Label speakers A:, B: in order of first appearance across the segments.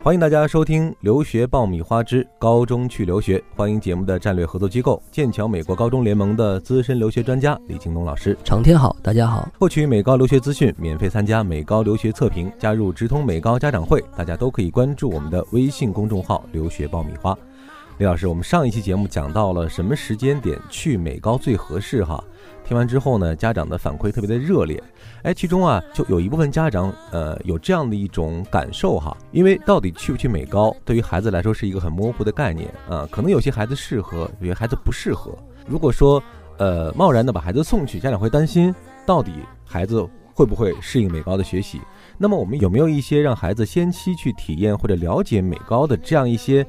A: 欢迎大家收听《留学爆米花之高中去留学》，欢迎节目的战略合作机构剑桥美国高中联盟的资深留学专家李庆东老师。
B: 长天好，大家好，
A: 获取美高留学资讯，免费参加美高留学测评，加入直通美高家长会，大家都可以关注我们的微信公众号“留学爆米花”。李老师，我们上一期节目讲到了什么时间点去美高最合适哈？听完之后呢，家长的反馈特别的热烈，哎，其中啊就有一部分家长呃有这样的一种感受哈，因为到底去不去美高，对于孩子来说是一个很模糊的概念啊、可能有些孩子适合，有些孩子不适合。如果说呃贸然的把孩子送去，家长会担心到底孩子会不会适应美高的学习。那么我们有没有一些让孩子先期去体验或者了解美高的这样一些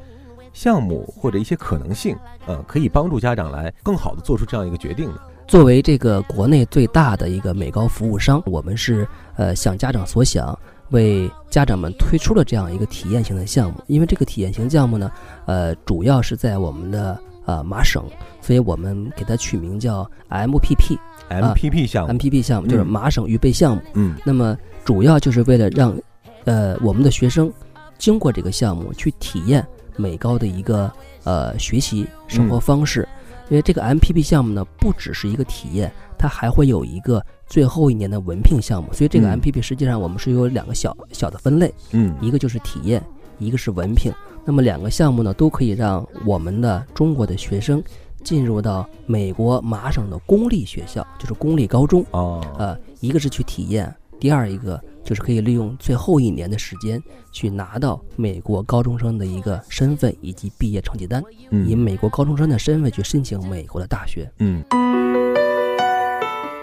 A: 项目或者一些可能性，呃，可以帮助家长来更好的做出这样一个决定呢？
B: 作为这个国内最大的一个美高服务商，我们是呃向家长所想，为家长们推出了这样一个体验型的项目。因为这个体验型项目呢，呃，主要是在我们的呃麻省，所以我们给它取名叫 MPP。
A: MPP 项目，
B: MPP 项目就是
A: 嗯
B: 麻省预备项目。
A: 嗯
B: 那么主要就是为了让呃我们的学生经过这个项目去体验美高的一个呃学习生活方式，因为这个 MPP 项目呢不只是一个体验，它还会有一个最后一年的文凭项目，所以这个
A: 嗯
B: MPP 实际上我们是有两个小小的分类，
A: 嗯
B: 一个就是体验，一个是文凭。那么两个项目呢，都可以让我们的中国的学生进入到美国麻省的公立学校，就是公立高中。
A: 哦，
B: 呃，一个是去体验，第二一个就是可以利用最后一年的时间去拿到美国高中生的一个身份以及毕业成绩单，以
A: 嗯
B: 美国高中生的身份去申请美国的大学。
A: 嗯，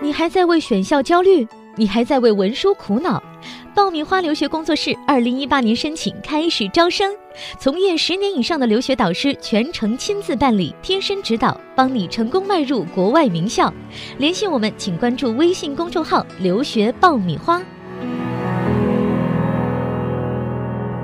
C: 你还在为选校焦虑？你还在为文书苦恼？爆米花留学工作室二零一八年申请开始招生，从业十年以上的留学导师全程亲自办理，贴身指导，帮你成功迈入国外名校。联系我们，请关注微信公众号“留学爆米花”。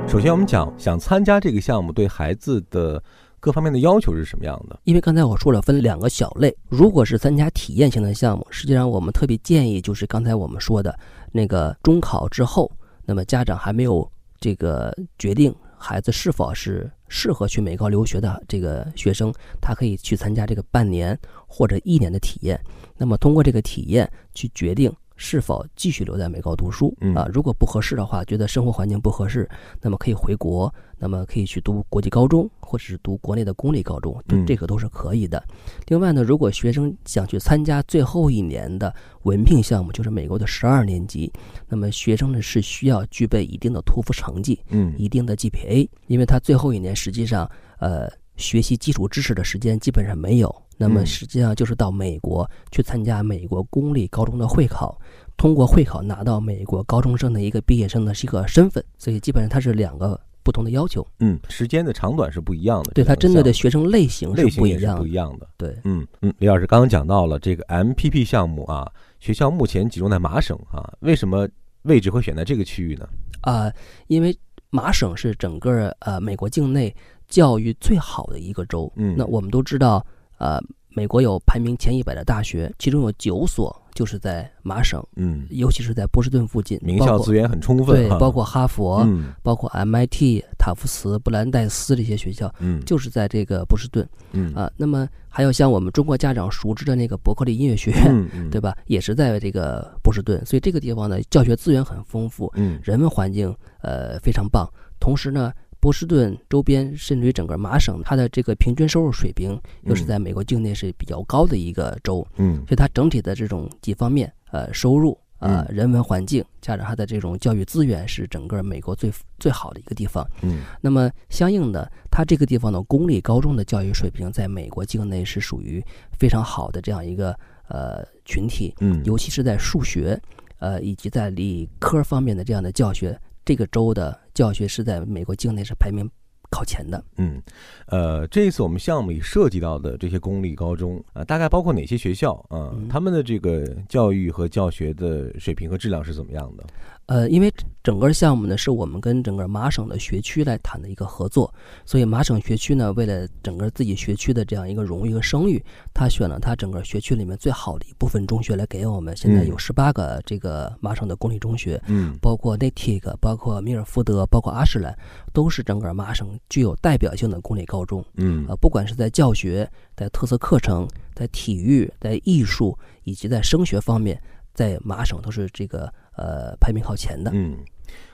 A: 首先我们讲想参加这个项目对孩子的各方面的要求是什么样的？
B: 因为刚才我说了分两个小类，如果是参加体验型的项目，实际上我们特别建议就是刚才我们说的那个中考之后，那么家长还没有这个决定孩子是否是适合去美高留学的这个学生，他可以去参加这个半年或者一年的体验，那么通过这个体验去决定。是否继续留在美高读书
A: 嗯
B: 啊？如果不合适的话，觉得生活环境不合适，那么可以回国，那么可以去读国际高中，或者是读国内的公立高中，这
A: 嗯
B: 这个都是可以的。另外呢，如果学生想去参加最后一年的文凭项目，就是美国的十二年级，那么学生呢是需要具备一定的托福成绩，
A: 嗯
B: 一定的 GPA，因为他最后一年实际上呃学习基础知识的时间基本上没有，那么
A: 嗯
B: 实际上就是到美国去参加美国公立高中的会考，通过会考拿到美国高中生的一个毕业生的一个身份，所以基本上它是两个不同的要求，
A: 嗯，时间的长短是不一样的，
B: 对它
A: 这
B: 针
A: 两
B: 对
A: 个
B: 的学生类型
A: 类
B: 是
A: 型
B: 不
A: 也
B: 一
A: 是
B: 样
A: 不一
B: 的，
A: 样的。
B: 对。
A: 嗯嗯，李老师刚刚讲到了这个 MPP 项目啊，学校目前集中在麻省啊，为什么位置会选在这个区域呢？
B: 啊、因为麻省是整个呃美国境内教育最好的一个州。
A: 嗯
B: 那我们都知道，呃，美国有排名前一百的大学，其中有九所就是在麻省，
A: 嗯，
B: 尤其是在波士顿附近，
A: 名
B: 包
A: 校
B: 括
A: 资源很充分
B: 对
A: 哈，，
B: 包括哈佛、
A: 嗯
B: 包括 MIT、塔夫茨、布兰代斯这些学校，
A: 嗯
B: 就是在这个波士顿
A: 嗯
B: 啊、那么还有像我们中国家长熟知的那个伯克利音乐学院，
A: 嗯嗯
B: 对吧？也是在这个波士顿，所以这个地方呢，教学资源很丰富，
A: 嗯
B: 人文环境呃非常棒。同时呢，波士顿周边甚至于整个麻省，它的这个平均收入水平又是在美国境内是比较高的一个州，
A: 嗯
B: 所以它整体的这种几方面，呃，收入。呃，
A: 嗯
B: 人文环境加上它的这种教育资源，是整个美国最最好的一个地方。
A: 嗯
B: 那么相应的，它这个地方的公立高中的教育水平，在美国境内是属于非常好的这样一个呃群体。
A: 嗯
B: 尤其是在数学，呃，以及在理科方面的这样的教学，这个州的教学是在美国境内是排名靠前的。
A: 嗯，呃，这一次我们项目里涉及到的这些公立高中啊、大概包括哪些学校啊、
B: 嗯
A: 他们的这个教育和教学的水平和质量是怎么样的？
B: 呃，因为整个项目呢，是我们跟整个麻省的学区来谈的一个合作，所以麻省学区呢，为了整个自己学区的这样一个荣誉和声誉，他选了他整个学区里面最好的一部分中学来给我们。现在有
A: 嗯
B: 十八个这个麻省的公立中学，
A: 嗯
B: 包括 Natick，包括米尔福德，包括阿什兰，都是整个麻省具有代表性的公立高中。
A: 嗯
B: 呃，不管是在教学、在特色课程、在体育、在艺术以及在升学方面，在麻省都是这个呃排名靠前的。
A: 嗯，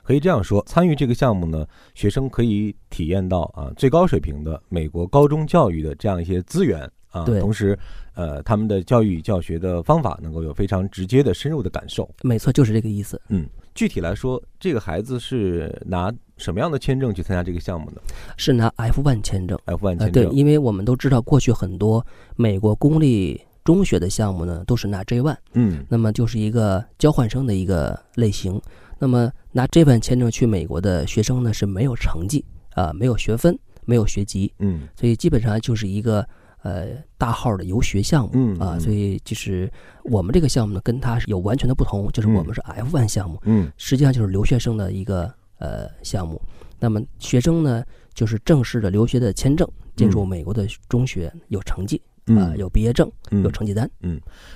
A: 可以这样说，参与这个项目呢，学生可以体验到啊最高水平的美国高中教育的这样一些资源啊，
B: 对
A: 同时呃他们的教育与教学的方法能够有非常直接的深入的感受。
B: 没错，就是这个意思。
A: 具体来说，这个孩子是拿什么样的签证去参加这个项目呢
B: 是拿 F one 签证，
A: ？F1
B: 呃，
A: 签
B: 对，
A: 证，
B: 因为我们都知道，过去很多美国公立中学的项目呢，都是拿 J one，
A: 嗯
B: 那么就是一个交换生的一个类型。那么拿 J one 签证去美国的学生呢，是没有成绩啊、没有学分，没有学籍，
A: 嗯
B: 所以基本上就是一个呃大号的游学项目。
A: 嗯
B: 啊，
A: 嗯
B: 所以就是我们这个项目呢，跟它是有完全的不同，就是我
A: 嗯
B: 们是 F one 项目，
A: 嗯
B: 实际上就是留学生的一个呃项目。那么学生呢，就是正式的留学的签证，进入
A: 嗯
B: 美国的中学，有成绩啊、
A: 嗯
B: 有毕业证，
A: 嗯
B: 有成绩单。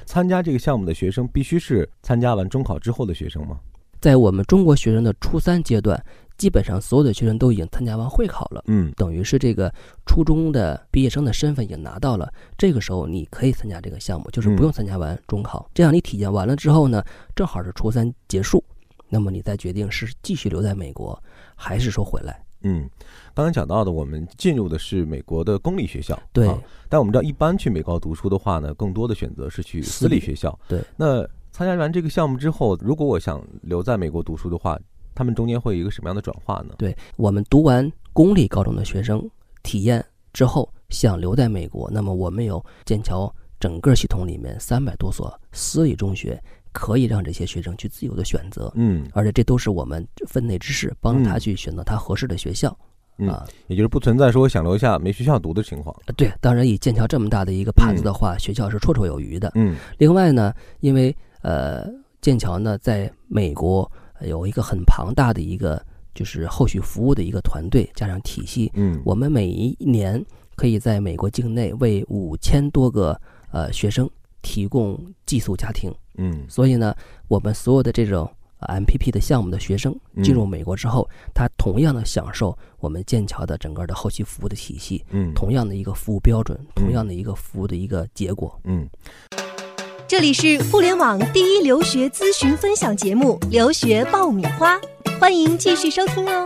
A: 参加这个项目的学生必须是参加完中考之后的学生吗？
B: 在我们中国学生的初三阶段，基本上所有的学生都已经参加完会考了。
A: 嗯
B: 等于是这个初中的毕业生的身份已经拿到了，这个时候你可以参加这个项目，就是
A: 嗯
B: 不用参加完中考。这样你体验完了之后呢，正好是初三结束，那么你再决定是继续留在美国，还是说回来。
A: 嗯，刚才讲到的，我们进入的是美国的公立学校，
B: 对，
A: 啊但我们知道，一般去美高读书的话呢，更多的选择是去私
B: 私
A: 立
B: 立
A: 学校。
B: 对，
A: 那参加完这个项目之后，如果我想留在美国读书的话，他们中间会有一个什么样的转化呢？
B: 对我们读完公立高中的学生体验之后，想留在美国，那么我们有剑桥整个系统里面三百多所私立中学，可以让这些学生去自由的选择。
A: 嗯，
B: 而且这都是我们分内之事，帮助他
A: 嗯
B: 去选择他合适的学校、
A: 嗯
B: 啊。
A: 也就是不存在说想留下没学校读的情况。
B: 呃对，当然以剑桥这么大的一个盘子
A: 嗯
B: 的话，学校是绰绰有余的。
A: 嗯
B: 另外呢，因为呃，剑桥呢在美国呃有一个很庞大的一个就是后续服务的一个团队加上体系，
A: 嗯，
B: 我们每一年可以在美国境内为五千多个呃学生提供寄宿家庭。
A: 嗯
B: 所以呢，我们所有的这种呃 MPP 的项目的学生进入
A: 嗯
B: 美国之后，他同样的享受我们剑桥的整个的后期服务的体系，
A: 嗯
B: 同样的一个服务标准，同
A: 嗯
B: 样的一个服务的一个结果。
A: 嗯
D: 这里是互联网第一留学咨询分享节目《留学爆米花》，欢迎继续收听哦。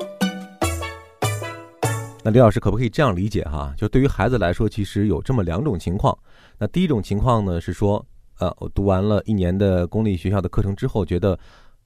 A: 那李老师可不可以这样理解哈、就对于孩子来说，其实有这么两种情况。那第一种情况呢是说，呃，我读完了一年的公立学校的课程之后，觉得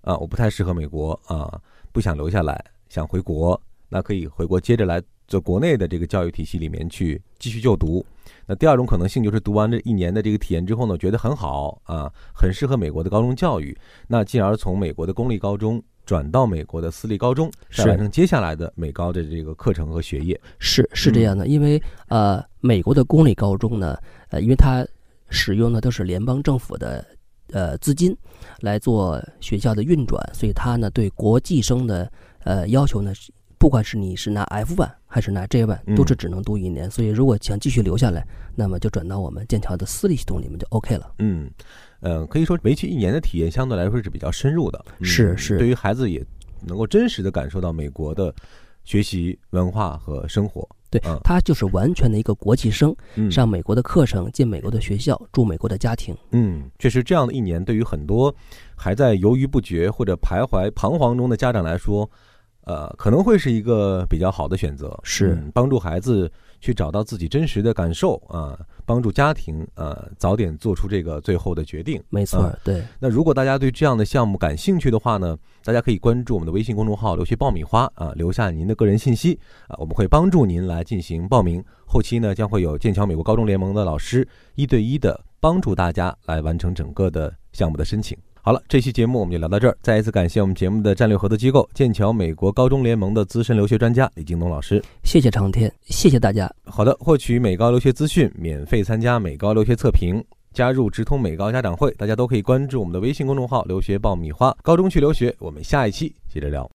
A: 啊、我不太适合美国啊、不想留下来，想回国，那可以回国接着来在国内的这个教育体系里面去继续就读。那第二种可能性就是读完这一年的这个体验之后呢，觉得很好啊，很适合美国的高中教育，那进而从美国的公立高中转到美国的私立高中，再
B: 是
A: 完成接下来的美高的这个课程和学业。
B: 是是
A: 嗯
B: 这样的，因为呃，美国的公立高中呢，呃，因为它使用的都是联邦政府的呃资金来做学校的运转，所以它呢对国际生的呃要求呢，是不管是你是拿 F 版还是拿 J 版，都是
A: 嗯
B: 只能读一年。所以如果想继续留下来，那么就转到我们剑桥的私立系统里面就 OK 了。
A: 嗯，呃，可以说为期一年的体验相对来说是比较深入的，嗯
B: 是是
A: 对于孩子也能够真实的感受到美国的学习文化和生活。
B: 对
A: 嗯，
B: 它就是完全的一个国际生，
A: 嗯，
B: 上美国的课程，进美国的学校，住美国的家庭。
A: 嗯，确实这样的一年，对于很多还在犹豫不决或者徘徊彷徨中的家长来说，呃，可能会是一个比较好的选择，
B: 是
A: 嗯帮助孩子去找到自己真实的感受啊、帮助家庭呃早点做出这个最后的决定。
B: 没错
A: 嗯
B: 儿，对。
A: 那如果大家对这样的项目感兴趣的话呢，大家可以关注我们的微信公众号“留学爆米花”啊，留下您的个人信息啊，我们会帮助您来进行报名。后期呢，将会有剑桥美国高中联盟的老师一对一的帮助大家来完成整个的项目的申请。好了，这期节目我们就聊到这儿。再一次感谢我们节目的战略合作机构剑桥美国高中联盟的资深留学专家李京东老师。
B: 谢谢长天，谢谢大家。
A: 好的，获取美高留学资讯，免费参加美高留学测评，加入直通美高家长会，大家都可以关注我们的微信公众号“留学爆米花”。高中去留学，我们下一期接着聊。